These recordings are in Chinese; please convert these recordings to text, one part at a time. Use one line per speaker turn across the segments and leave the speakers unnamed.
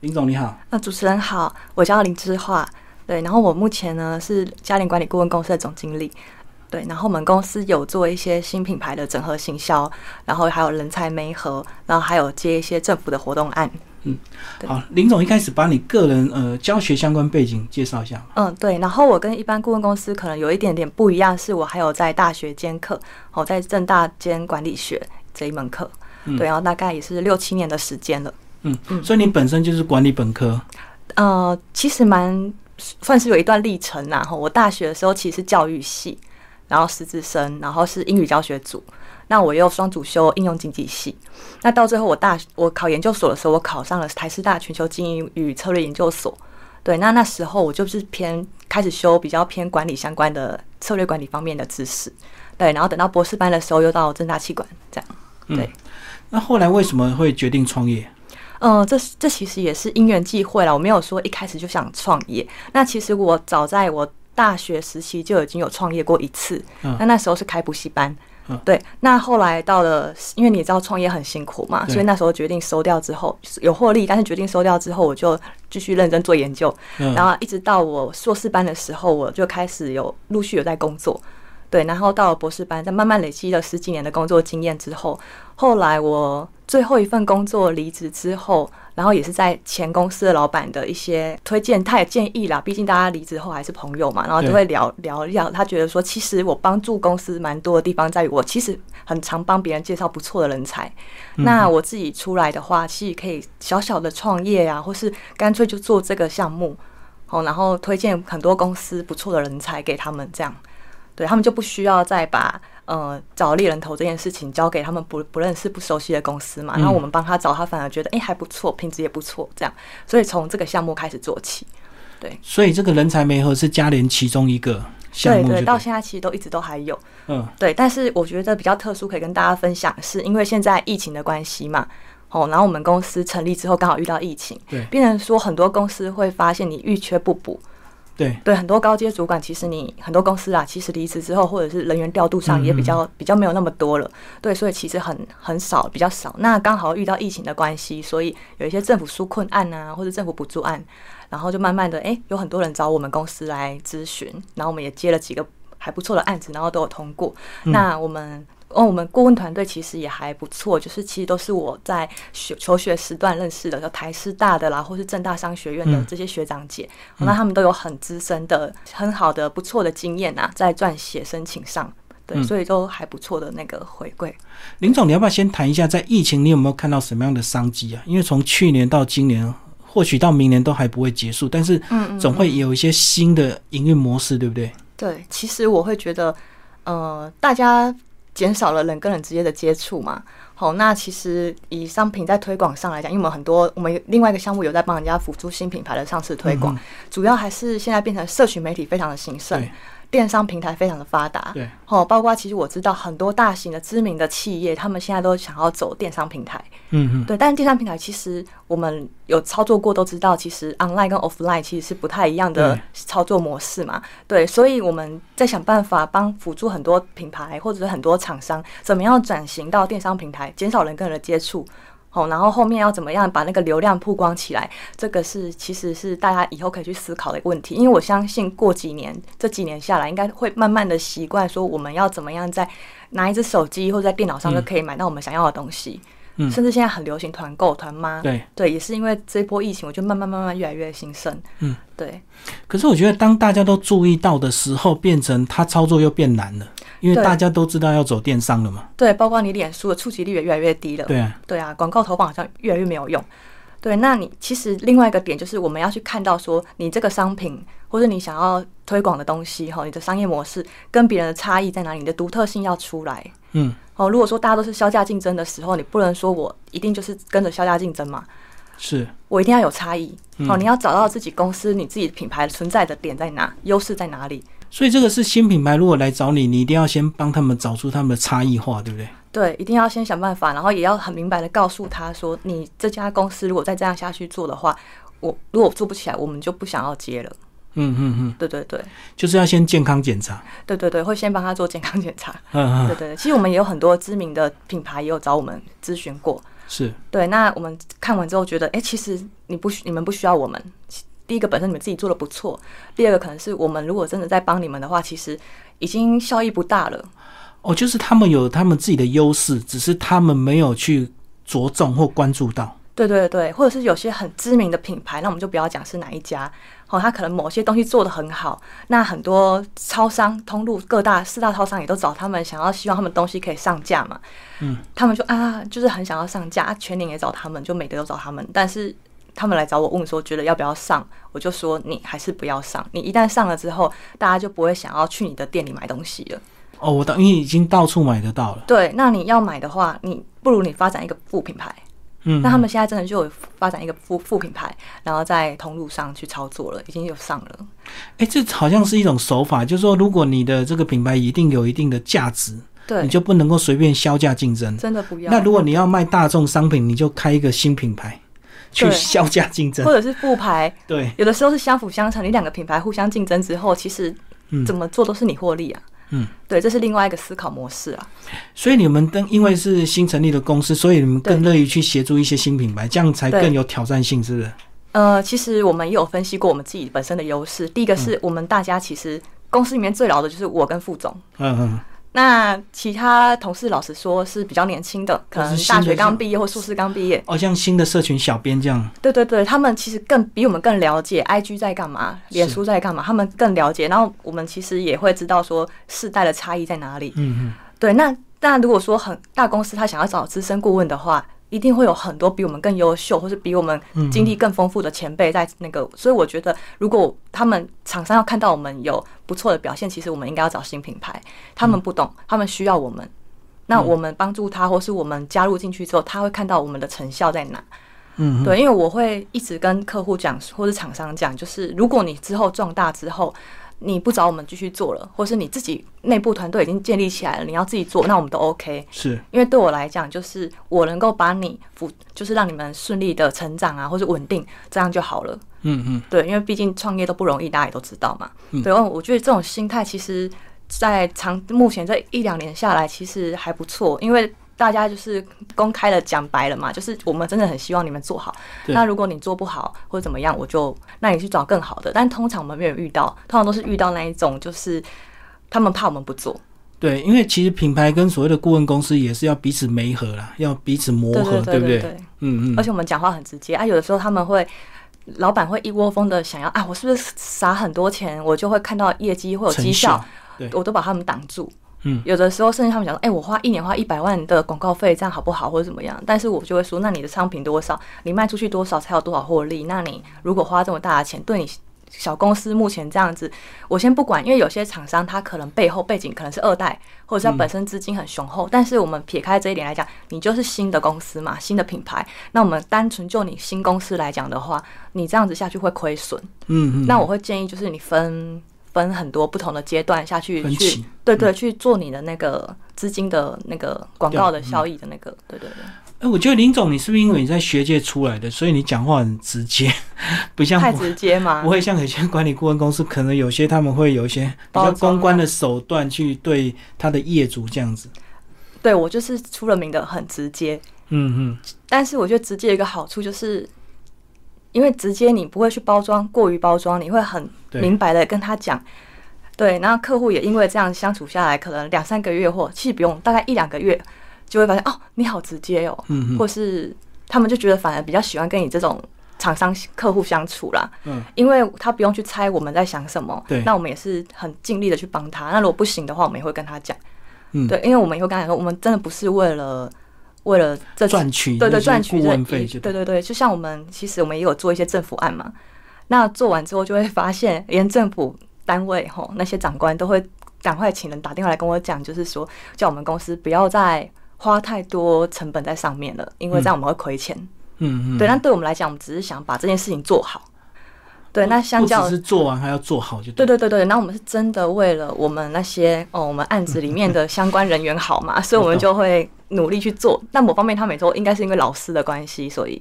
林总你好，
呃，主持人好，我叫林之化，对，然后我目前呢是家联管理顾问公司的总经理，对，然后我们公司有做一些新品牌的整合行销，然后还有人才媒合，然后还有接一些政府的活动案，对
好，林总一开始把你个人呃教学相关背景介绍一下。
嗯，对，然后我跟一般顾问公司可能有一点点不一样，是我还有在大学兼课，我在正大兼管理学这一门课，
嗯
对，然后大概也是六七年的时间了，
嗯，
嗯
所以你本身就是管理本科，
呃，其实蛮算是有一段历程啦。吼我大学的时候其实是教育系，然后师资生，然后是英语教学组。那我又双主修应用经济系。那到最后我大我考研究所的时候，我考上了台师大全球经营与策略研究所。对，那那时候我就是偏开始修比较偏管理相关的策略管理方面的知识。对，然后等到博士班的时候，又到正大气管这样。
嗯那后来为什么会决定创业？
嗯，这是这其实也是因缘际会啦。我没有说一开始就想创业。那其实我早在我大学时期就已经有创业过一次。
嗯
那那时候是开补习班。
嗯
对，那后来到了，因为你也知道创业很辛苦嘛，
对
所以那时候决定收掉之后有获利，但是决定收掉之后，我就继续认真做研究，
嗯
然后一直到我硕士班的时候，我就开始有陆续有在工作，对，然后到了博士班，再慢慢累积了十几年的工作经验之后，后来我最后一份工作离职之后，然后也是在前公司的老板的一些推荐，他也建议啦，毕竟大家离职后还是朋友嘛，然后就
对
会聊聊聊，他觉得说，其实我帮助公司蛮多的地方在于，我其实很常帮别人介绍不错的人才，
嗯
那我自己出来的话，其实可以小小的创业呀、或是干脆就做这个项目，哦，然后推荐很多公司不错的人才给他们，这样，对他们就不需要再把呃找猎人头这件事情交给他们不不认识、不熟悉的公司嘛。
嗯
然后我们帮他找，他反而觉得哎、诶还不错，品质也不错，这样，所以从这个项目开始做起。
所以这个人才媒合是嘉联其中一个项
对
目就
对，
对
到现在其实都一直都还有。
嗯
对，但是我觉得比较特殊，可以跟大家分享，是因为现在疫情的关系嘛。哦，然后我们公司成立之后刚好遇到疫情，
对
变成说很多公司会发现你遇缺不补，
对
对很多高阶主管，其实你很多公司啊，其实离职之后或者是人员调度上
嗯
也比较、比较没有那么多了，对，所以其实很很少，比较少。那刚好遇到疫情的关系，所以有一些政府纾困案啊，或者政府补助案，然后就慢慢的，哎，有很多人找我们公司来咨询，然后我们也接了几个还不错的案子，然后都有通过。
嗯
那我们。哦，我们顾问团队其实也还不错，就是其实都是我在学求学时段认识的，有台师大的啦，或是正大商学院的
嗯
这些学长姐，哦那他们都有很资深的、很好的、不错的经验啊，在撰写申请上，对，
嗯
所以都还不错的那个回馈。
林总，你要不要先谈一下，在疫情你有没有看到什么样的商机啊？因为从去年到今年，或许到明年都还不会结束，但是
嗯
总会有一些新的营运模式，对不对？
对，其实我会觉得，呃，大家减少了人跟人之间的接触嘛。好，那其实以商品在推广上来讲，因为我们很多我们另外一个项目有在帮人家辅助新品牌的上市推广，
嗯
主要还是现在变成社群媒体非常的兴盛
对，
电商平台非常的发达，
对，
哦，包括其实我知道很多大型的知名的企业，他们现在都想要走电商平台，
嗯嗯，
对，但是电商平台其实我们有操作过，都知道其实 online 跟 offline 其实是不太一样的
对
操作模式嘛。对，所以我们在想办法帮辅助很多品牌或者是很多厂商，怎么样转型到电商平台，减少人跟人的接触。哦，然后后面要怎么样把那个流量曝光起来？这个是其实是大家以后可以去思考的一个问题，因为我相信过几年，这几年下来，应该会慢慢的习惯说我们要怎么样在拿一只手机或者在电脑上就可以买到我们想要的东西。
嗯
甚至现在很流行团购、团妈，
对。
也是因为这波疫情，我觉得慢慢慢慢越来越兴盛。
嗯，
对，
可是我觉得，当大家都注意到的时候，变成它操作又变难了，因为
对
大家都知道要走电商了嘛。
对，包括你脸书的触及率也越来越低了。
对啊，
对啊，广告投放好像越来越没有用。对，那你其实另外一个点就是我们要去看到说，你这个商品或者你想要推广的东西哈，你的商业模式跟别人的差异在哪里，你的独特性要出来。
嗯，
哦，如果说大家都是销价竞争的时候，你不能说我一定就是跟着销价竞争嘛，
是，
我一定要有差异。
嗯
哦，你要找到自己公司、你自己品牌存在的点在哪，优势在哪里。
所以这个是新品牌，如果来找你，你一定要先帮他们找出他们的差异化，对不对？
对，一定要先想办法，然后也要很明白的告诉他说，你这家公司如果再这样下去做的话，我如果做不起来，我们就不想要接了。
嗯嗯嗯，
对对对，
就是要先健康检查。
对对对，会先帮他做健康检查。
嗯
对
嗯，
对对，其实我们也有很多知名的品牌也有找我们咨询过，
是
对，那我们看完之后觉得，哎、其实你不需你们不需要我们。其第一个本身你们自己做的不错，第二个可能是我们如果真的在帮你们的话，其实已经效益不大了。
哦，就是他们有他们自己的优势，只是他们没有去着重或关注到。
对对对，或者是有些很知名的品牌，那我们就不要讲是哪一家，哦，它可能某些东西做得很好，那很多超商通路各大四大超商也都找他们，想要希望他们东西可以上架嘛，
嗯，
他们就啊，就是很想要上架，啊全年也找他们，就每个都找他们，但是他们来找我问说觉得要不要上，我就说你还是不要上，你一旦上了之后，大家就不会想要去你的店里买东西了。
哦，我到因为已经到处买得到了。
对，那你要买的话，你不如你发展一个副品牌。
嗯，
那他们现在真的就有发展一个副副品牌，然后在通路上去操作了，已经有上了。
哎，这好像是一种手法，就是说，如果你的这个品牌一定有一定的价值，你
对，
就不能够随便削价竞争。
真的不要。
那如果你要卖大众商品，你就开一个新品牌去
对
削价竞争
或。者是副牌，
对，
有的时候是相辅相成，你两个品牌互相竞争之后，其实
嗯
怎么做都是你获利啊。
嗯，
对，这是另外一个思考模式啊。
所以你们更因为是新成立的公司，所以你们更乐于去协助一些新品牌，这样才
对
更有挑战性，是不是？
呃，其实我们也有分析过我们自己本身的优势。第一个
嗯
是我们大家其实公司里面最老的就是我跟副总，
嗯嗯，
那其他同事老实说是比较年轻的，可
都是
能
新
大
的像
学刚毕业或硕士刚毕业，
哦，像新的社群小编这样，
对对对，他们其实更比我们更了解 IG 在干嘛，
是
脸书在干嘛，他们更了解。然后我们其实也会知道说世代的差异在哪里。
嗯嗯，
对，那那如果说很大公司他想要找资深顾问的话，一定会有很多比我们更优秀，或是比我们
嗯
经历更丰富的前辈在那个。所以我觉得，如果他们厂商要看到我们有不错的表现，其实我们应该要找新品牌。他们不懂，他们需要我们。那我们帮助他，或是我们加入进去之后，他会看到我们的成效在哪。
嗯，
对，因为我会一直跟客户讲，或是厂商讲，就是如果你之后壮大之后，你不找我们继续做了，或是你自己内部团队已经建立起来了，你要自己做，那我们都 OK。
是。
因为对我来讲，就是我能够把你辅，就是让你们顺利的成长啊，或者稳定，这样就好了。
嗯嗯，
对，因为毕竟创业都不容易，大家也都知道嘛。
嗯
对，哦我觉得这种心态其实，在长目前这一两年下来，其实还不错，因为大家就是公开的讲白了嘛，就是我们真的很希望你们做好。
对
那如果你做不好或者怎么样，我就那你去找更好的。但通常我们没有遇到，通常都是遇到那一种就是他们怕我们不做，
对，因为其实品牌跟所谓的顾问公司也是要彼此媒合啦，要彼此磨合，
对对
不
对
对？
对。
嗯
而
嗯，
且我们讲话很直接啊，有的时候他们会。老板会一窝蜂的想要啊，我是不是撒很多钱，我就会看到业绩会有绩
成
效
效？，对
我都把他们挡住。
嗯
有的时候甚至他们讲说，哎、我花一年花一百万的广告费，这样好不好，或者怎么样？但是我就会说，那你的商品多少，你卖出去多少才有多少获利？那你如果花这么大的钱，对你小公司目前这样子，我先不管，因为有些厂商他可能背后背景可能是二代，或
嗯
者是他本身资金很雄厚。但是我们撇开这一点来讲，你就是新的公司嘛，新的品牌。那我们单纯就你新公司来讲的话，你这样子下去会亏损。
嗯嗯，
那我会建议就是你分分很多不同的阶段下去
分期
去，对
嗯
对，去做你的那个资金的那个广告的效益的那个，对对对，
哎，我觉得林总，你是不是因为你在学界出来的，所以你讲话很直接，不像
太
我
直接嘛
不，会像有些管理顾问公司，可能有些他们会有一些比
包
较
装啊
公关的手段去对他的业主这样子。
对我就是出了名的很直接，
嗯嗯，
但是我觉得直接有一个好处就是。因为直接你不会去包装，过于包装，你会很
对
明白的跟他讲，对，然后客户也因为这样相处下来，可能两三个月或其实不用，大概一两个月就会发现哦，你好直接哦，
嗯
或是他们就觉得反而比较喜欢跟你这种厂商客户相处啦，
嗯，
因为他不用去猜我们在想什么，
对
那我们也是很尽力的去帮他。那如果不行的话，我们也会跟他讲，
嗯
对，因为我们也会跟他讲说，我们真的不是为了为了这
赚取
对
那
对
些
赚取
顾
这
问
一
费就
对对对，就像我们其实我们也有做一些政府案嘛，那做完之后就会发现，连政府单位吼那些长官都会赶快请人打电话来跟我讲，就是说叫我们公司不要再花太多成本在上面了，因为这样我们会亏钱。
嗯嗯，
对，但对我们来讲，我们只是想把这件事情做好。对，那相较
不只是做完还要做好就
对
对。
对对对，那我们是真的为了我们那些哦，我们案子里面的相关人员 好嘛，所以我们就会努力去做。那某方面，他们也说，应该是因为老师的关系，所以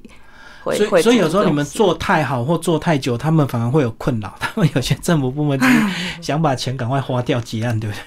会
所
会
以，所以
做
有时候你
这种
们
事
做太好或做太久，他们反而会有困扰。他们有些政府部门就是 想把钱赶快花掉结案，对不对？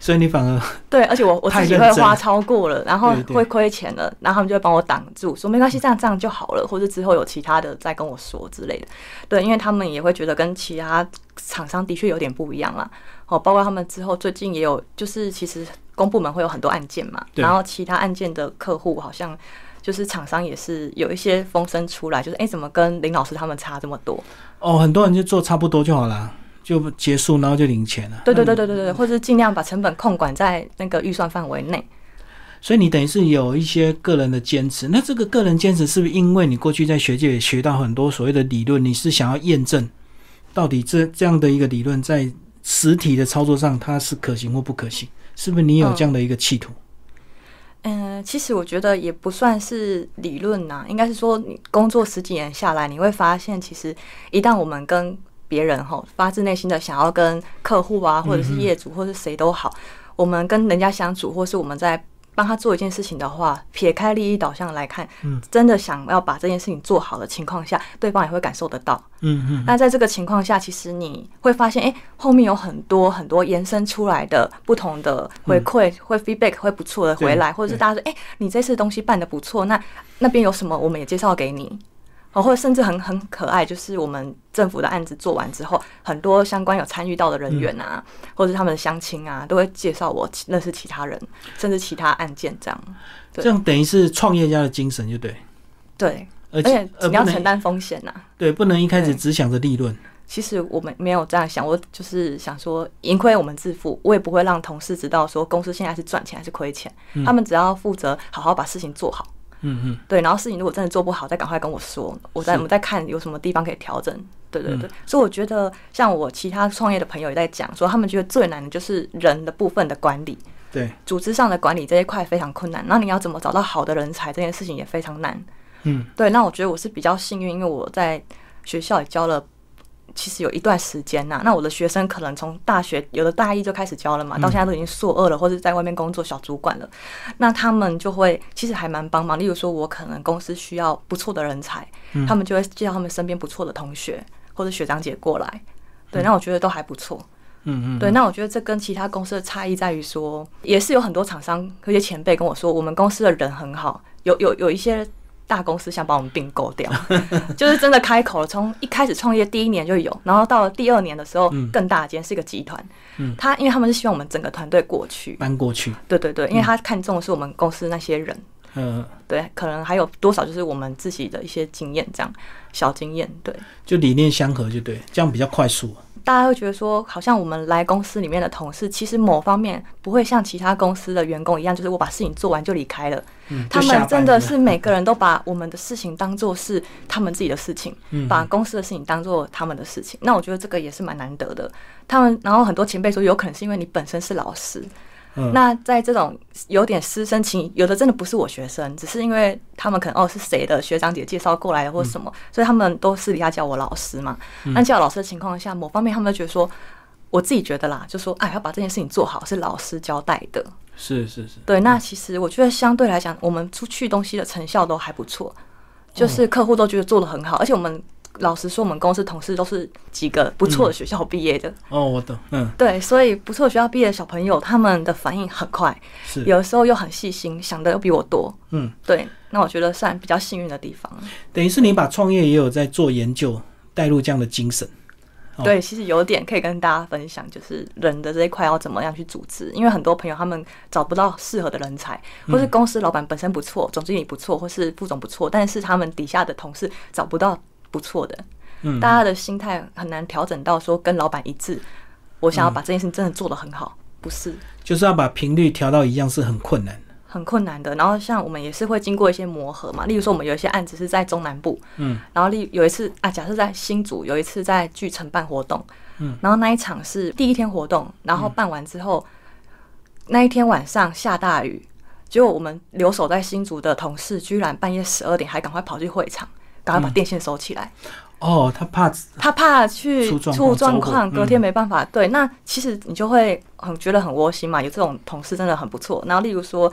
所以你反而
对，而且我我
太
自己
认
会
真
花超过了，然后
对对
会亏钱了，然后他们就会帮我挡住，说没关系，这样这样就好了，或者之后有其他的再跟我说之类的。对，因为他们也会觉得跟其他厂商的确有点不一样啦。哦，包括他们之后最近也有，就是其实公部门会有很多案件嘛，
对
然后其他案件的客户好像。就是厂商也是有一些风声出来，就是哎、诶怎么跟林老师他们差这么多？
哦，很多人就做差不多就好了，就结束，然后就领钱了。
对对对对对对，或者是尽量把成本控管在那个预算范围内。
所以你等于是有一些个人的坚持。那这个个人坚持是不是因为你过去在学界也学到很多所谓的理论，你是想要验证到底这这样的一个理论在实体的操作上它是可行或不可行？是不是你有这样的一个企图？
嗯，其实我觉得也不算是理论呐、应该是说你工作十几年下来，你会发现，其实一旦我们跟别人吼发自内心的想要跟客户啊，或者是业主，或是谁都好，我们跟人家相处，或是我们在帮他做一件事情的话，撇开利益导向来看，
嗯
真的想要把这件事情做好的情况下，对方也会感受得到。
嗯嗯
那在这个情况下，其实你会发现，哎、后面有很多很多延伸出来的不同的回馈、会 feedback 会不错的回来，
嗯对
或者是大家说，哎、你这次东西办的不错，那那边有什么我们也介绍给你。哦，或者甚至很很可爱，就是我们政府的案子做完之后，很多相关有参与到的人员啊，
嗯
或者是他们的乡亲啊，都会介绍我其认识其他人，甚至其他案件这样。对
这样等于是创业家的精神，就对。
对，
而
而且
而
你要
不
承
能
担风险啊呐、
对，不能一开始
对
只想着利润。
其实我们没有这样想，我就是想说，盈亏我们自负，我也不会让同事知道说公司现在是赚钱还是亏钱，他们只要负责好好把事情做好。
嗯嗯，
对，然后事情如果真的做不好，再赶快跟我说，我再
是
我们再看有什么地方可以调整。对对对，所以我觉得像我其他创业的朋友也在讲说，他们觉得最难的就是人的部分的管理，
对，
组织上的管理这一块非常困难。那你要怎么找到好的人才，这件事情也非常难。
嗯，
对，那我觉得我是比较幸运，因为我在学校也教了，其实有一段时间呐、那我的学生可能从大学有的大一就开始教了嘛，到现在都已经硕二了，或者在外面工作小主管了，那他们就会其实还蛮帮忙。例如说，我可能公司需要不错的人才，
嗯
他们就会介绍他们身边不错的同学或者学长姐过来。对，那我觉得都还不错。
嗯嗯，
对，那我觉得这跟其他公司的差异在于说，也是有很多厂商有些前辈跟我说，我们公司的人很好，有有有一些大公司想把我们并购 掉，就是真的开口了。从一开始创业第一年就有，然后到了第二年的时候，更大间是一个集团，
嗯
他因为他们是希望我们整个团队过去，
搬过去。
对对对，
嗯
因为他看重的是我们公司那些人，
呃，
对，可能还有多少就是我们自己的一些经验，这样小经验，对。
就理念相合就对，这样比较快速。
大家会觉得说，好像我们来公司里面的同事，其实某方面不会像其他公司的员工一样，就是我把事情做完就离开了。
嗯，
他
就下
们
班
真的
了
是每个人都把我们的事情当做是他们自己的事情，
嗯
把公司的事情当做他们的事情。那我觉得这个也是蛮难得的。他们，然后很多前辈说，有可能是因为你本身是老师，
嗯
那在这种有点师生情谊，有的真的不是我学生，只是因为他们可能哦是谁的学长姐介绍过来的或什么，所以他们都私底下叫我老师嘛。那叫老师的情况下，某方面他们就觉得说，我自己觉得啦，就说哎要把这件事情做好是老师交代的。
是是是，
对，那其实我觉得相对来讲，我们出去东西的成效都还不错，就是客户都觉得做的很好，而且我们老实说，我们公司同事都是几个不错的学校毕业的，
哦，我懂，嗯，
对，所以不错的学校毕业的小朋友，他们的反应很快，
是，
有的时候又很细心，想的又比我多。
嗯，
对，那我觉得算比较幸运的地方。
等于是你把创业也有在做研究，带入这样的精神。哦
对，其实有点可以跟大家分享，就是人的这一块要怎么样去组织，因为很多朋友他们找不到适合的人才，或是公司老板本身不错，总经理不错，或是副总不错，但是他们底下的同事找不到不错的，
嗯
大家的心态很难调整到说跟老板一致。我想要把这件事情真的做得很好，不是
就是要把频率调到一样是很困难的。
很困难的。然后像我们也是会经过一些磨合嘛，例如说我们有一些案子是在中南部，
嗯，
然后例有一次啊，假设在新竹有一次在巨城办活动，
嗯，
然后那一场是第一天活动，然后办完之后，那一天晚上下大雨，结果我们留守在新竹的同事居然半夜十二点还赶快跑去会场。赶快把电线收起来，
哦，他怕
他怕去
出状况
出状况，
走火嗯
隔天没办法。对，那其实你就会很觉得很窝心嘛，有这种同事真的很不错。然后例如说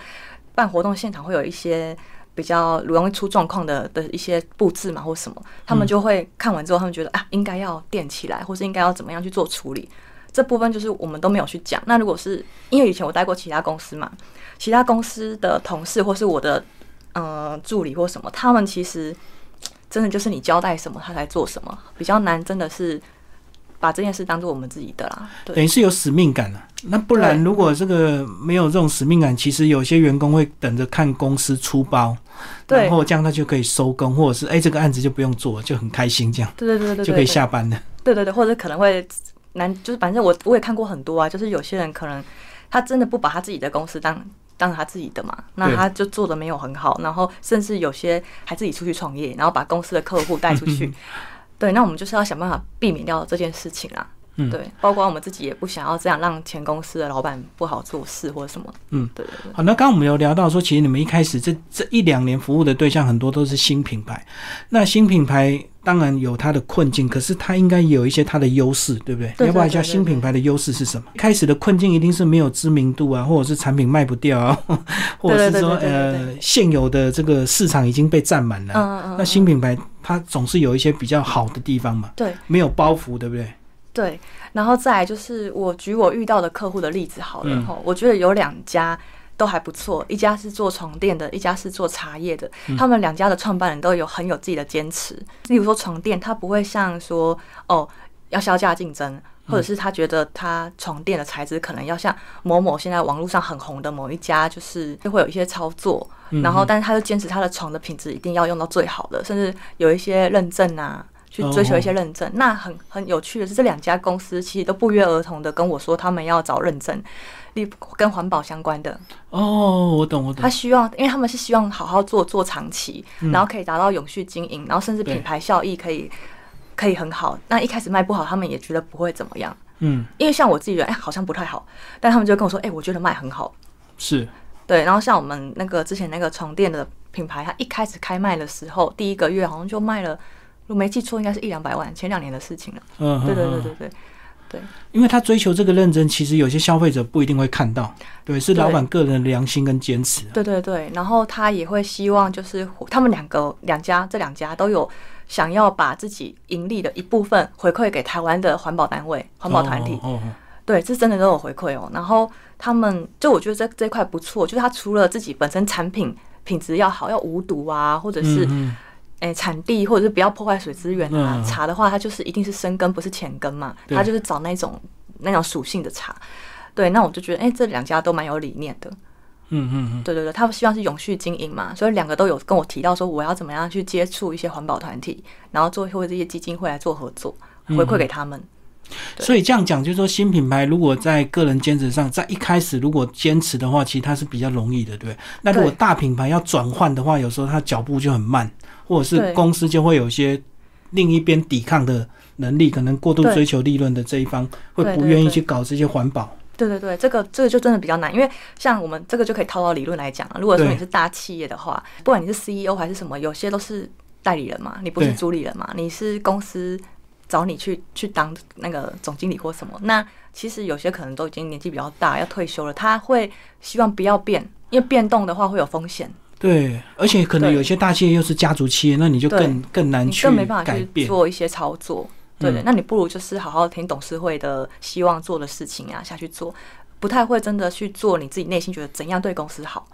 办活动现场会有一些比较容易出状况的的一些布置嘛，或什么，他们就会看完之后，他们觉得啊，应该要垫起来，或是应该要怎么样去做处理。这部分就是我们都没有去讲。那如果是因为以前我待过其他公司嘛，其他公司的同事或是我的呃助理或什么，他们其实真的就是你交代什么，他才做什么，比较难，真的是把这件事当做我们自己的啦。对
等于是有使命感了、啊那不然，
对
如果这个没有这种使命感，其实有些员工会等着看公司出包，
对
然后这样他就可以收工，或者是哎、这个案子就不用做，就很开心，这样
对对对对对，
就可以
对
下班了。
对对对，或者可能会难，就是反正我我也看过很多啊，就是有些人可能他真的不把他自己的公司当当他自己的嘛，那
对
他就做的没有很好，然后甚至有些还自己出去创业，然后把公司的客户带出
嗯
去。对，那我们就是要想办法避免掉这件事情啊。
嗯
对，包括我们自己也不想要这样让前公司的老板不好做事或者什么。
嗯，
对对对，
好，那刚刚我们有聊到说，其实你们一开始这这一两年服务的对象很多都是新品牌，那新品牌当然有它的困境，可是它应该也有一些它的优势，对不对？
对
要不然
对对
叫
对
新品牌的优势是什么？开始的困境一定是没有知名度啊， 或者是产品卖不掉啊，或者是说
对对对对对对
呃现有的这个市场已经被占满了。
嗯嗯嗯，
那新品牌它总是有一些比较好的地方嘛，
对
没有包袱，对不对？
对，然后再来就是我举我遇到的客户的例子好了
嗯
哈、我觉得有两家都还不错，一家是做床垫的，一家是做茶叶的、他们两家的创办人都有很有自己的坚持。例如说床垫，它不会像说哦要削价竞争。或者是他觉得他床垫的材质可能要像某某现在网络上很红的某一家，就是就会有一些操作，
嗯
然后但是他就坚持他的床的品质一定要用到最好的，甚至有一些认证啊，去追求一些认证。那很很有趣的是，这两家公司其实都不约而同的跟我说，他们要找认证，例跟环保相关的。
哦，我懂，我
他
懂。
希望，因为他们是希望好好做做长期，然后可以达到永续经营，然后甚至
对
品牌效益可以可以很好。那一开始卖不好，他们也觉得不会怎么样，
嗯，
因为像我自己觉得，哎、好像不太好，但他们就跟我说，哎、我觉得卖很好。
是，
对，然后像我们那个之前那个床垫的品牌，它一开始开卖的时候，第一个月好像就卖了，如果没记错，应该是一两百万，前两年的事情了。
嗯，
对对
嗯
对
嗯
对对。
因为他追求这个认真，其实有些消费者不一定会看到，对，是
对
老板个人的良心跟坚持。啊
对对对，然后他也会希望，就是他们两个两家这两家都有想要把自己盈利的一部分回馈给台湾的环保单位、环保团体，
哦哦哦
对，这真的都有回馈哦。然后他们就我觉得这这块不错，就是他除了自己本身产品品质要好，要无毒啊，或者是
嗯嗯
诶、产地或者是不要破坏水资源啊。
嗯
茶的话，它就是一定是深根，不是浅根嘛，
对
它就是找那种那种属性的茶。对，那我就觉得，诶，这两家都蛮有理念的。
嗯嗯嗯，
对对对，他们希望是永续经营嘛，所以两个都有跟我提到说，我要怎么样去接触一些环保团体，然后做或者一些基金会来做合作，回
嗯
馈给他们。对
所以这样讲，就是说新品牌如果在个人坚持上，在一开始如果坚持的话，其实它是比较容易的，对不对。那如果
对
大品牌要转换的话，有时候它脚步就很慢，或者是
对
公司就会有一些另一边抵抗的能力，可能过度
对
追求利润的这一方会
对
不
对
愿意
对
去搞这些环保。
对对对，这个这个就真的比较难，因为像我们这个就可以套到理论来讲了。如果说
对
你是大企业的话，不管你是 CEO 还是什么，有些都是代理人嘛，你不是
对
主理人嘛，你是公司找你去去当那个总经理或什么。那其实有些可能都已经年纪比较大，要退休了，他会希望不要变，因为变动的话会有风险。
对，而且可能
对
有些大企业又是家族企业，那你就
对
更更难
你
去
更没办法
改
去
变。嗯
做一些操作。对的，那你不如就是好好听董事会的希望做的事情啊，下去做，不太会真的去做你自己内心觉得怎样对公司好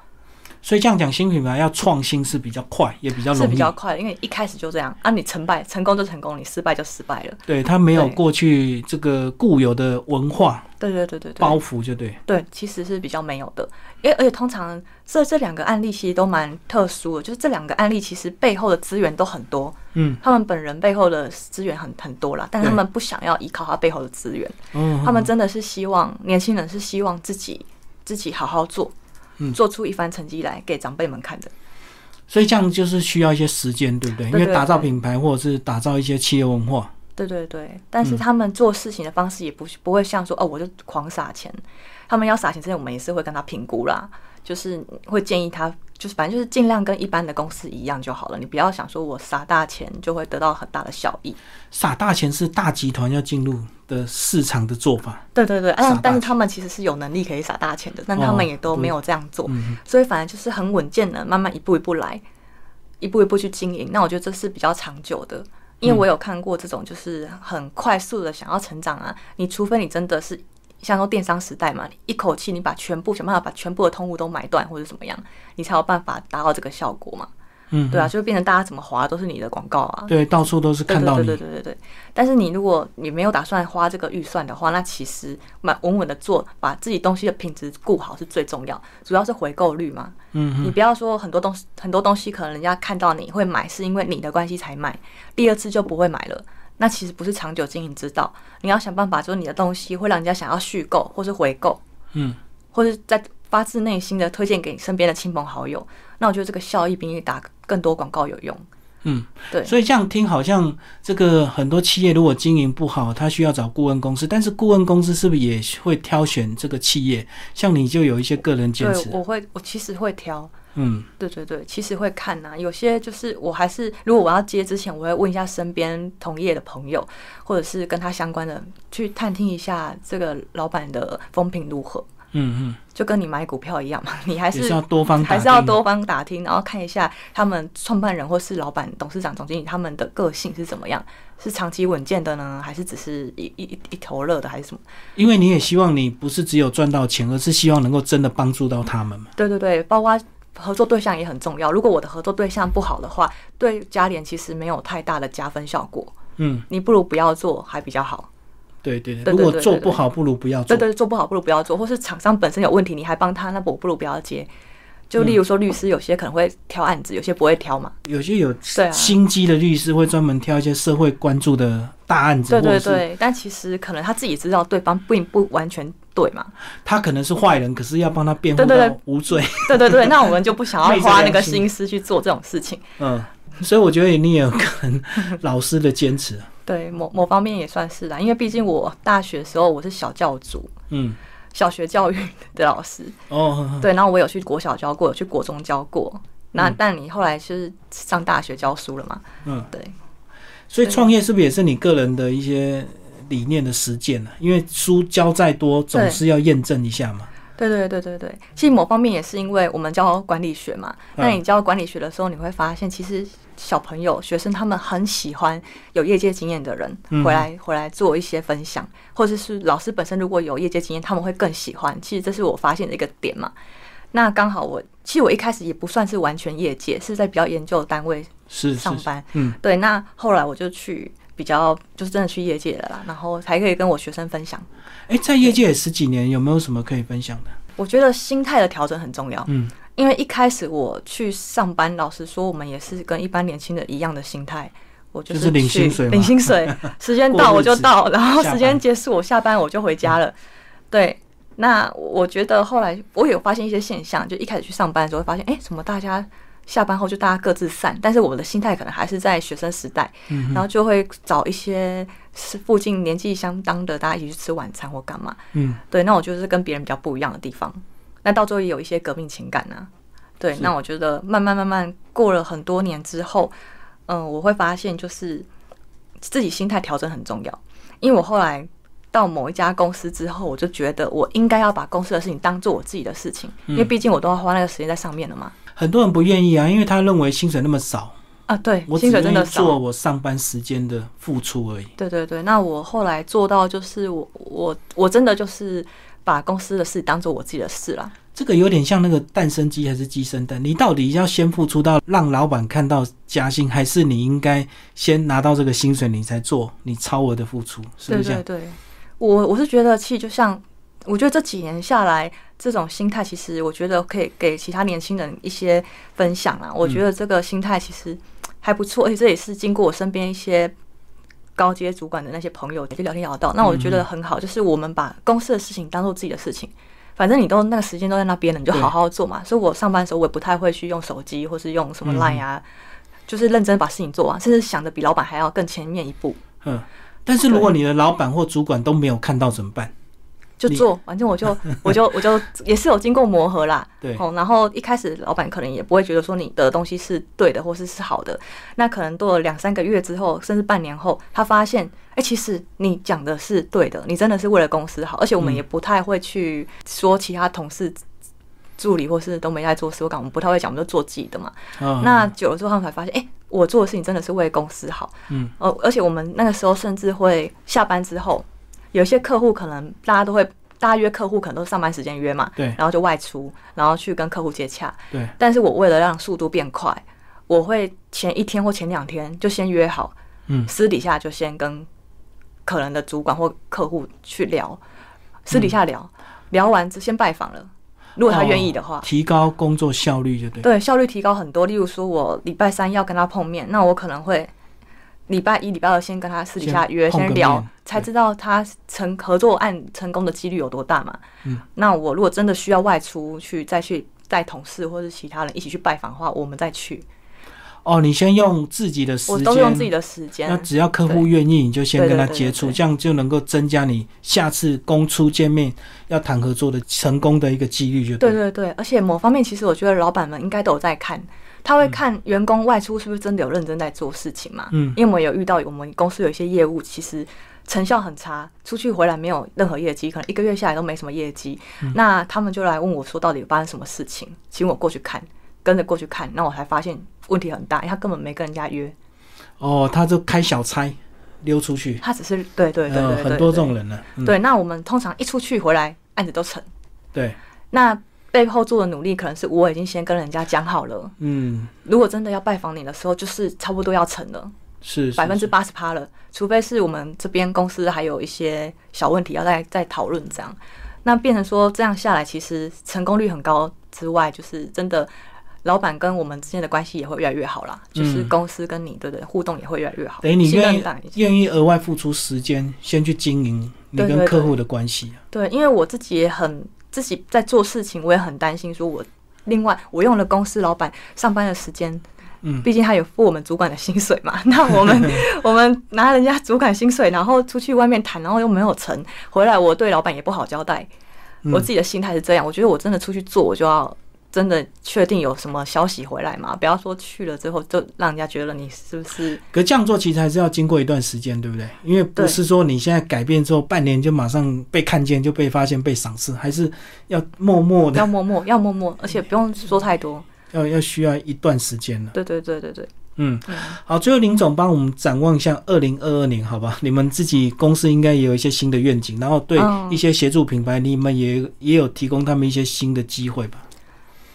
所以这样讲，新品牌要创新是比较快，也比较
是
容
比
易。
较快的，因为一开始就这样啊，你成败成功就成功，你失败就失败了。
对，它没有
对
过去这个固有的文化
对对对对对，
包袱，就对。
对，其实是比较没有的，因为而且通常这这两个案例其实都蛮特殊的，就是这两个案例其实背后的资源都很多，
嗯，
他们本人背后的资源很很多啦，但是他
对
们不想要依靠他背后的资源，
嗯，
他们真的是希望年轻人是希望自己自己好好做，
嗯
做出一番成绩来给长辈们看的。
所以这样就是需要一些时间，对不对？因
对
为
对
打造
对
品牌或者是打造一些企业文化，
对对对，但
嗯
是他们做事情的方式也不是不会像说哦，我就狂撒钱。他们要撒钱之前，我们也是会跟他评估啦，就是会建议他，就是反正就是尽量跟一般的公司一样就好了。你不要想说我撒大钱就会得到很大的效益。
撒大钱是大集团要进入的市场的做法。
对对对，
撒大
但
钱哦
但是他们其实是有能力
嗯
可以撒大钱的，但他们也都没有这样做，所以反而就是很稳健的，慢慢一步一步来。一步一步去经营。那我觉得这是比较长久的，因为我有看过这种就是很快速的想要成长啊，你除非你真的是像说电商时代嘛，你一口气你把全部想办法把全部的通路都买断或者怎么样，你才有办法达到这个效果嘛。
嗯，
对啊，就会变成大家怎么划都是你的广告啊。
对，到处都是
对
看到
对
你，
对对对对对。但是你如果你没有打算花这个预算的话，那其实蛮稳稳的做，把自己东西的品质顾好是最重要，主要是回购率嘛。
嗯
你
嗯，
不要说很多东西，很多东西可能人家看到你会买，是因为你的关系才买，第二次就不会买了。那其实不是长久经营之道，你要想办法，就是你的东西会让人家想要续购，或是回购，
嗯，
或是在发自内心的推荐给你身边的亲朋好友。那我觉得这个效益比你打更多广告有用。
嗯，
对
所以这样听好像这个很多企业如果经营不好，他需要找顾问公司，但是顾问公司是不是也会挑选这个企业？像你就有一些个人坚
对
持，，
我会，我其实会挑，
嗯
对对对，其实会看呐、有些就是我还是，如果我要接之前，我会问一下身边同业的朋友，或者是跟他相关的，去探听一下这个老板的风评如何。
嗯
就跟你买股票一样嘛， 你还
嗯，也
是
是要多方打
还是要
听
多方打听，然后看一下他们创办人或是老板、董事长、总经理他们的个性是怎么样，是长期稳健的呢，还是只是一一一一头热的，还是什么？
因为你也希望你不是只有赚到钱，而是希望能够真的帮助到他们嘛。
对对对，包括合作对象也很重要。如果我的合作对象不好的话，对家联其实没有太大的加分效果。
嗯，
你不如不要做，还比较好。
对对对，
对对
如果
对
做
对
不好，不如不要做。
对对，做不好不如不要做，或是厂商本身有问题，你还帮他，那我不如不要接。就例如
嗯
说，律师有些可能会挑案子，有些不会挑嘛。
有些有
对啊
心机的律师会专门挑一些社会关注的大案子，
对
或嗯
对
者是
对，但其实可能他自己知道对方并不完全对 嘛。
他可能是坏人，可是要帮他辩护
对对对
到无罪。
对对对，那我们就不想要
昧着
花
良
那个
心
心思去做这种事情。
嗯，所以我觉得你也有可能老师的坚持。
对，某某方面也算是啦，因为毕竟我大学的时候我是小教主，
嗯，
小学教育的老师。
哦，
对，然后我有去国小教过，有去国中教过。那、但你后来就是上大学教书了嘛？
嗯，
对，
所以创业是不是也是你个人的一些理念的实践呢、啊因为书教再多，总
对
是要验证一下嘛。
对对对对对。其实某方面也是因为我们教管理学嘛，那
嗯
你教管理学的时候，你会发现其实小朋友、学生他们很喜欢有业界经验的人
嗯
回来回来做一些分享，或者是老师本身如果有业界经验，他们会更喜欢。其实这是我发现的一个点嘛。那刚好我其实我一开始也不算是完全业界，是在比较研究单位
是是
上，班。
嗯
对，那后来我就去比较，就是真的去业界了啦，然后才可以跟我学生分享。
哎、在业界也十几年，有没有什么可以分享的？
我觉得心态的调整很重要，
嗯
因为一开始我去上班，老实说，我们也是跟一般年轻人一样的心态。我
就是领
去
薪水嘛
领 薪水，时间到
过
我
日子
就到，然后
下班嗯
时间结束我下班我就回家了。对，那我觉得后来我有发现一些现象，就一开始去上班的时候会发现，哎，怎么大家下班后就大家各自散，但是我们的心态可能还是在学生时代，
嗯
然后就会找一些是附近年纪相当的，大家一起去吃晚餐或干嘛。
嗯，
对，那我就是跟别人比较不一样的地方。那到最后也有一些革命情感啊。对，
是
那我觉得慢慢慢慢过了很多年之后，嗯、我会发现就是自己心态调整很重要。因为我后来到某一家公司之后，我就觉得我应该要把公司的事情当做我自己的事情，因
嗯
为毕竟我都要花那个时间在上面了嘛。
很多人不愿意啊，因为他认为薪水那么少。
啊，对，
我只
薪水真
愿
的
意
少。
做我上班时间的付出而已。
对对对，那我后来做到就是我我我真的就是把公司的事当做我自己的事啦。
这个有点像那个蛋生鸡还是鸡生蛋，你到底要先付出到让老板看到加薪，还是你应该先拿到这个薪水你才做你超额的付出？是不
对
是这样？
对对，我我是觉得，其实就像我觉得这几年下来，这种心态其实我觉得可以给其他年轻人一些分享啊。我
嗯
觉得这个心态其实还不错，而且这也是经过我身边一些。高阶主管的那些朋友就聊天聊到，那我觉
嗯
得很好，就是我们把公司的事情当做自己的事情，反正你都那个时间都在那边了，你就
对
好好做嘛。所以我上班的时候，我也不太会去用手机或是用什么
嗯
Line 啊，就是认真把事情做完，甚至想的比老板还要更前面一步。
嗯。但是如果你的老板或主管都没有看到怎么办？
就
你
做，反正我 就我就我就也是有经过磨合啦。
对
哦，然后一开始老板可能也不会觉得说你的东西是对的或是是好的，那可能过了两三个月之后，甚至半年后，他发现，哎、其实你讲的是对的，你真的是为了公司好，而且我们
嗯
也不太会去说其他同事助理或是都没在做事，我感我们不太会讲，我们就做自己的嘛。
啊，
那久了之后，他们才发现，哎、我做的事情真的是为公司好。
嗯，
呃，而且我们那个时候甚至会下班之后，有些客户可能大家都会，大家约客户可能都是上班时间约嘛，
对
然后就外出，然后去跟客户接洽。
对，
但是我为了让速度变快，我会前一天或前两天就先约好，
嗯
私底下就先跟可能的主管或客户去聊，私
嗯
底下聊，聊完就先拜访了，如
哦
果他愿意的话。
提高工作效率就对。
对，效率提高很多。例如说，我礼拜三要跟他碰面，那我可能会礼拜一、礼拜二先跟他私底下
先
约，
碰
先
个
聊
面，
才知道他成合作案成功的几率有多大嘛。
嗯，
那我如果真的需要外出去，再去带同事或是其他人一起去拜访的话，我们再去。
哦，你先用自己的时间，
我都用自己的时
那
间。
只要客户愿意，你就先
对
跟他
对对
接
对
触，
对
这样就能够增加你下次公出见面要谈合作的成功的一个几率就
对
了。
对对，而且某方面，其实我觉得老板们应该都有在看，他会看员工外出是不是真的有认真在做事情嘛。
嗯，
因为我们有遇到我们公司有一些业务，其实成效很差，出去回来没有任何业绩，可能一个月下来都没什么业绩。
嗯
那他们就来问我说，到底发生什么事情，请我过去看，跟着过去看，那我才发现问题很大，因为他根本没跟人家约，
哦，他就开小差溜出去，
他只是对对对对
呃
对
很多
对
这种人呢、嗯，
对，那我们通常一出去回来，案子都成。
对，
那背后做的努力，可能是我已经先跟人家讲好了，
嗯，
如果真的要拜访你的时候，就是差不多要成了。
是是
百分之八十趴了，除非是我们这边公司还有一些小问题要再再讨论这样。那变成说这样下来，其实成功率很高之外，就是真的老板跟我们之间的关系也会越来越好啦，就是公司跟你对对互动也会越来越好，
等嗯于你
信
愿
任
意
感也是
愿意额外付出时间，先去经营你
对
跟
对
客
对
户的关系。啊
对，因为我自己也很自己在做事情，我也很担心说我。另外，我用了公司老板上班的时间，
嗯
毕竟他有付我们主管的薪水嘛。 那我们我们拿人家主管薪水，然后出去外面谈，然后又没有成，回来我对老板也不好交代。我自己的心态是这样，我觉得我真的出去做，我就要真的确定有什么消息回来嘛，不要说去了之后就让人家觉得你是不是
可这样做其实还是要经过一段时间，对不对？因为不
对
是说你现在改变之后半年就马上被看见、就被发现、被赏识，还是要默默的
要默默要默默，而且不用说太多。
要要需要一段时间啊了。
对对对对对，
嗯，
嗯
好，最后林总帮我们展望一下二零二二年，好吧？你们自己公司应该也有一些新的愿景，然后对
嗯
一些协助品牌，你们也也有提供他们一些新的机会吧？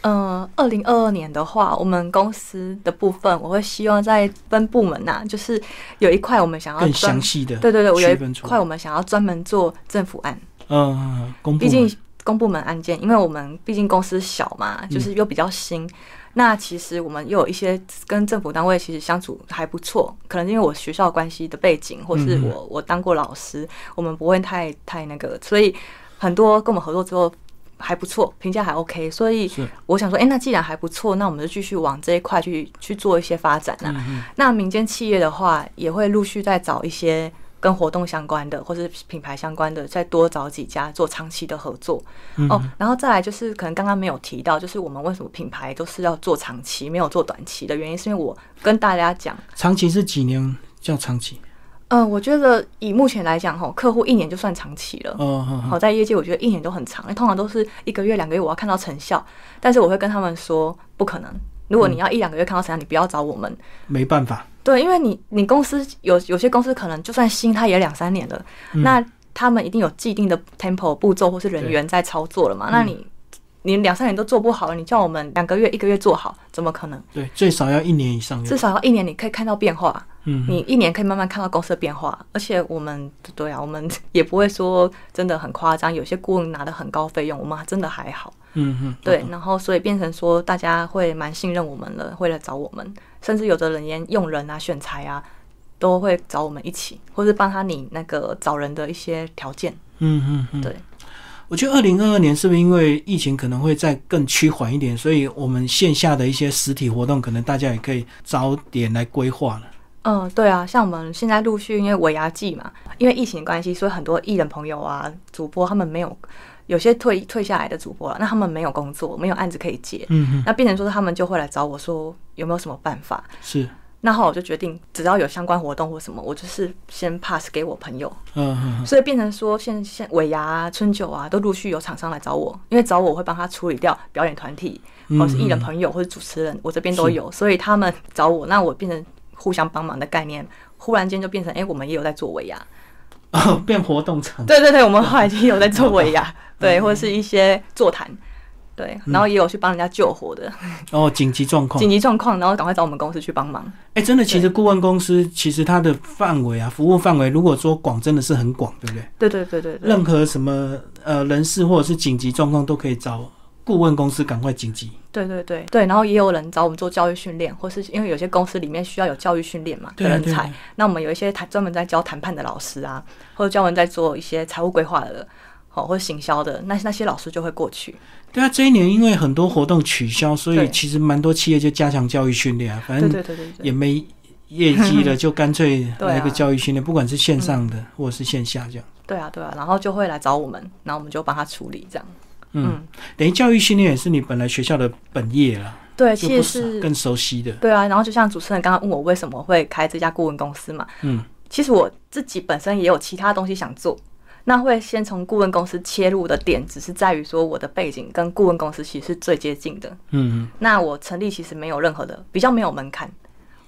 嗯，二零二二年的话，我们公司的部分，我会希望在分部门呐、就是有一块我们想要
更
专
详，细的，
啊对对对，我有
区分
一
出来
块我们想要专门做政府案，
嗯，公布
毕竟公部门案件，因为我们毕竟公司小嘛，
嗯
就是又比较新。那其实我们又有一些跟政府单位其实相处还不错，可能因为我学校关系的背景，或是
嗯嗯
我我当过老师，我们不会太太那个，所以很多跟我们合作之后还不错，评价还 OK。所以
是
我想说，哎、那既然还不错，那我们就继续往这一块去去做一些发展啊。
嗯
那民间企业的话，也会陆续再找一些跟活动相关的，或是品牌相关的，再多找几家做长期的合作。
嗯
哦，然后再来就是可能刚刚没有提到，就是我们为什么品牌都是要做长期，没有做短期的原因，是因为我跟大家讲，
长期是几年叫长期？
嗯、我觉得以目前来讲，吼，客户一年就算长期了。
哦，好好
好，在业界我觉得一年都很长，因为通常都是一个月、两个月我要看到成效，但是我会跟他们说不可能。如果你要一两个月看到成效，你不要找我们，
没办法，
对，因为你你公司有有些公司可能就算新，它也两三年了，那他们一定有既定的 tempo 步骤或是人员在操作了嘛？那你你两三年都做不好，你叫我们两个月、一个月做好，怎么可能？
对，最少要一年以上有
至少要一年，你可以看到变化，
嗯
你一年可以慢慢看到公司的变化。而且我们 对啊，我们也不会说真的很夸张，有些顾问拿的很高费用，我们真的还好。
嗯嗯，
对，然后所以变成说，大家会蛮信任我们了，会来找我们，甚至有的人连用人啊、选材啊，都会找我们一起，或是帮他拟那个找人的一些条件。
嗯嗯嗯，
对。
我觉得二零二二年是不是因为疫情可能会再更趋缓一点，所以我们线下的一些实体活动，可能大家也可以早点来规划了。
嗯，对啊，像我们现在陆续因为尾牙季嘛，因为疫情关系，所以很多艺人朋友啊、主播他们没有，有些退退下来的主播了，那他们没有工作，没有案子可以接，
嗯嗯，
那变成说他们就会来找我说有没有什么办法？
是
那后来我就决定，只要有相关活动或什么，我就是先 pass 给我朋友，
嗯
所以变成说现现尾牙、啊、春酒啊，都陆续有厂商来找我，因为找我我会帮他处理掉表演团体，
嗯
或哦是艺人朋友或者主持人，我这边都有，所以他们找我，那我变成互相帮忙的概念，忽然间就变成，哎、我们也有在做尾牙，
嗯， 哦，变活动场，
对对对，我们后来也有在做尾 牙，对，
嗯
或者是一些座谈。对，然后也有去帮人家救火的
哦，紧急状嗯况
紧。急状况，然后赶快找我们公司去帮忙。
哎、真的，其实顾问公司其实它的范围啊，服务范围，如果说广，真的是很广，对不对？
对对对对对，
任何什么呃人事或者是紧急状况都可以找顾问公司赶快紧急。
对对对对，然后也有人找我们做教育训练，或是因为有些公司里面需要有教育训练嘛的
对啊
人
对啊
才，那我们有一些谈专门在教谈判的老师啊，或者专门在做一些财务规划的，好、或者行销的，那那些老师就会过去。
对啊，这一年因为很多活动取消，所以
对
其实蛮多企业就加强教育训练啊，反
对
正
对对对对，
也没业绩了，就干 脆
对啊嗯
来个教育训练，不管是线上的或者是线下这样。
对啊对啊，然后就会来找我们，然后我们就帮他处理这样。
嗯，等于教育训练也是你本来学校的本业啦，
对，
就
其
不
实
是
是
更熟悉的。
对啊，然后就像主持人刚刚问我为什么会开这家顾问公司嘛，
嗯，
其实我自己本身也有其他东西想做，那会先从顾问公司切入的点，只是在于说我的背景跟顾问公司其实是最接近的。
嗯，
那我成立其实没有任何的比较没有门槛，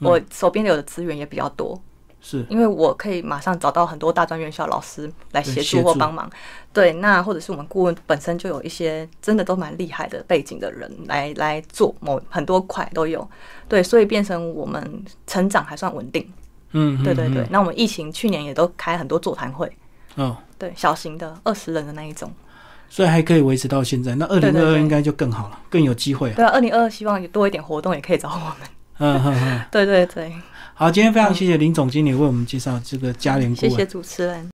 我手边有的资源也比较多，
是
因为我可以马上找到很多大专院校老师来协
对协
助
助
或帮忙。对，那或者是我们顾问本身就有一些真的都蛮厉害的背景的人来来做某很多块都有，对，所以变成我们成长还算稳定。
嗯，
对对对
嗯，，
那我们疫情去年也都开很多座谈会，
嗯哦，
对，小型的二十人的那一种。
所以还可以维持到现在。那二
对
零
对
二二
对
应该就更好了，更有机会啊。
对啊，二零二二希望有多一点活动也可以找我们。
嗯嗯嗯，
对对对，
好，今天非常谢谢林总经理为我们介绍这个嘉联顾
谢
问。
谢主持人。